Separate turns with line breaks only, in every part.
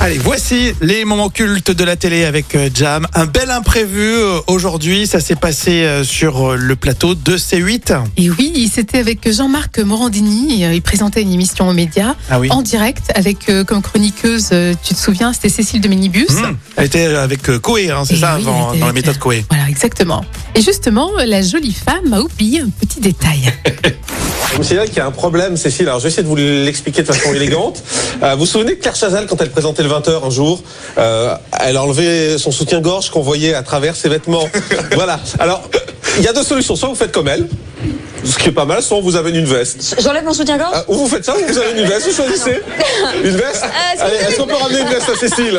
Allez, voici les moments cultes de la télé avec euh, Jam. Un bel imprévu euh, aujourd'hui, ça s'est passé euh, sur euh, le plateau de C8.
Et oui, c'était avec Jean-Marc Morandini. et, euh, Il présentait une émission aux médias
Ah oui.
en direct avec euh, comme chroniqueuse, euh, tu te souviens, c'était Cécile de Minibus.
Mmh. Elle était avec euh, Coé, hein, c'est
Et
ça,
Hmm. Eh oui,
dans,
elle était
dans la
avec, euh,
méthode Coé.
Voilà, exactement. Et justement, la jolie femme a oublié un petit détail.
Vous signale qu'il y a un problème, Cécile. Alors, je vais essayer de vous l'expliquer de façon élégante. Euh, vous vous souvenez de Claire Chazal, quand elle présentait le 20h un jour, euh, elle a enlevé son soutien-gorge qu'on voyait à travers ses vêtements. voilà. Alors, il y a deux solutions. Soit vous faites comme elle, ce qui est pas mal, soit on vous amène une veste.
J'enlève mon soutien-gorge
Euh, ou vous faites ça, ou vous avez une veste, vous choisissez. Une veste
est-ce que
Allez,
vous
est-ce qu'on peut ramener une veste à Cécile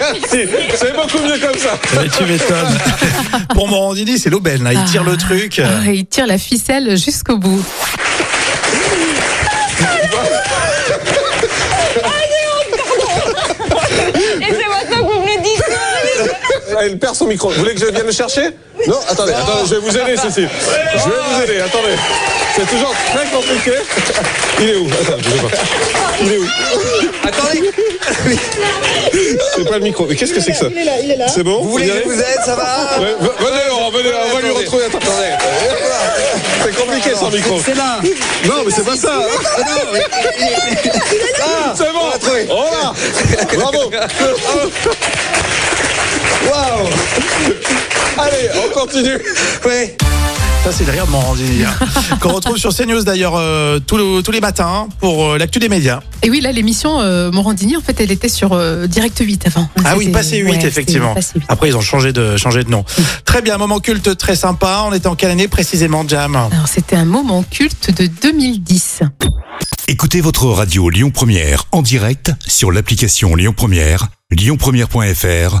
Merci. C'est beaucoup mieux comme ça.
Mais tu m'étonnes. Pour Morandini, c'est l'aubaine, là. Il tire le truc.
Ah, il tire la ficelle jusqu'au bout.
Et c'est maintenant que vous me le dites
Elle Ah, perd son micro. Vous voulez que je vienne le chercher Non, attendez,
Ah.
attendez, je vais vous aider, Cécile. Je vais vous aider, attendez. C'est toujours très compliqué. Il est où Attends, je sais pas. Il est où Attendez C'est pas le micro. Mais qu'est-ce que c'est que ça Il est là, il est là. C'est bon Vous
voulez que je vous aide, ça va
Ouais, ve- Venez, Laurent, venez, on va lui
Attendez.
retrouver. Attends, C'est compliqué sans micro.
C'est là
Non, mais c'est pas ça.
Ah non, mais- Ah,
C'est bon.
on l'a trouvé.
Voilà. Bravo.
Waouh
Allez, on continue.
Ouais
Ça, c'est derrière Morandini. hein. Qu'on retrouve sur CNews, d'ailleurs, euh, tous le- tous les matins pour euh, l'actu des médias.
Et oui, là, l'émission euh, Morandini, en fait, elle était sur euh, Direct 8 avant.
Ah oui,
C'était-
passé 8,
ouais, c'était
effectivement.
Passé 8.
Après, ils ont changé de, changé de nom. Très bien, moment culte très sympa. On était en quelle année précisément, Jam
Alors, c'était un moment culte de 2010.
Écoutez votre radio Lyon Première en direct sur l'application Lyon Première, lyonpremière.fr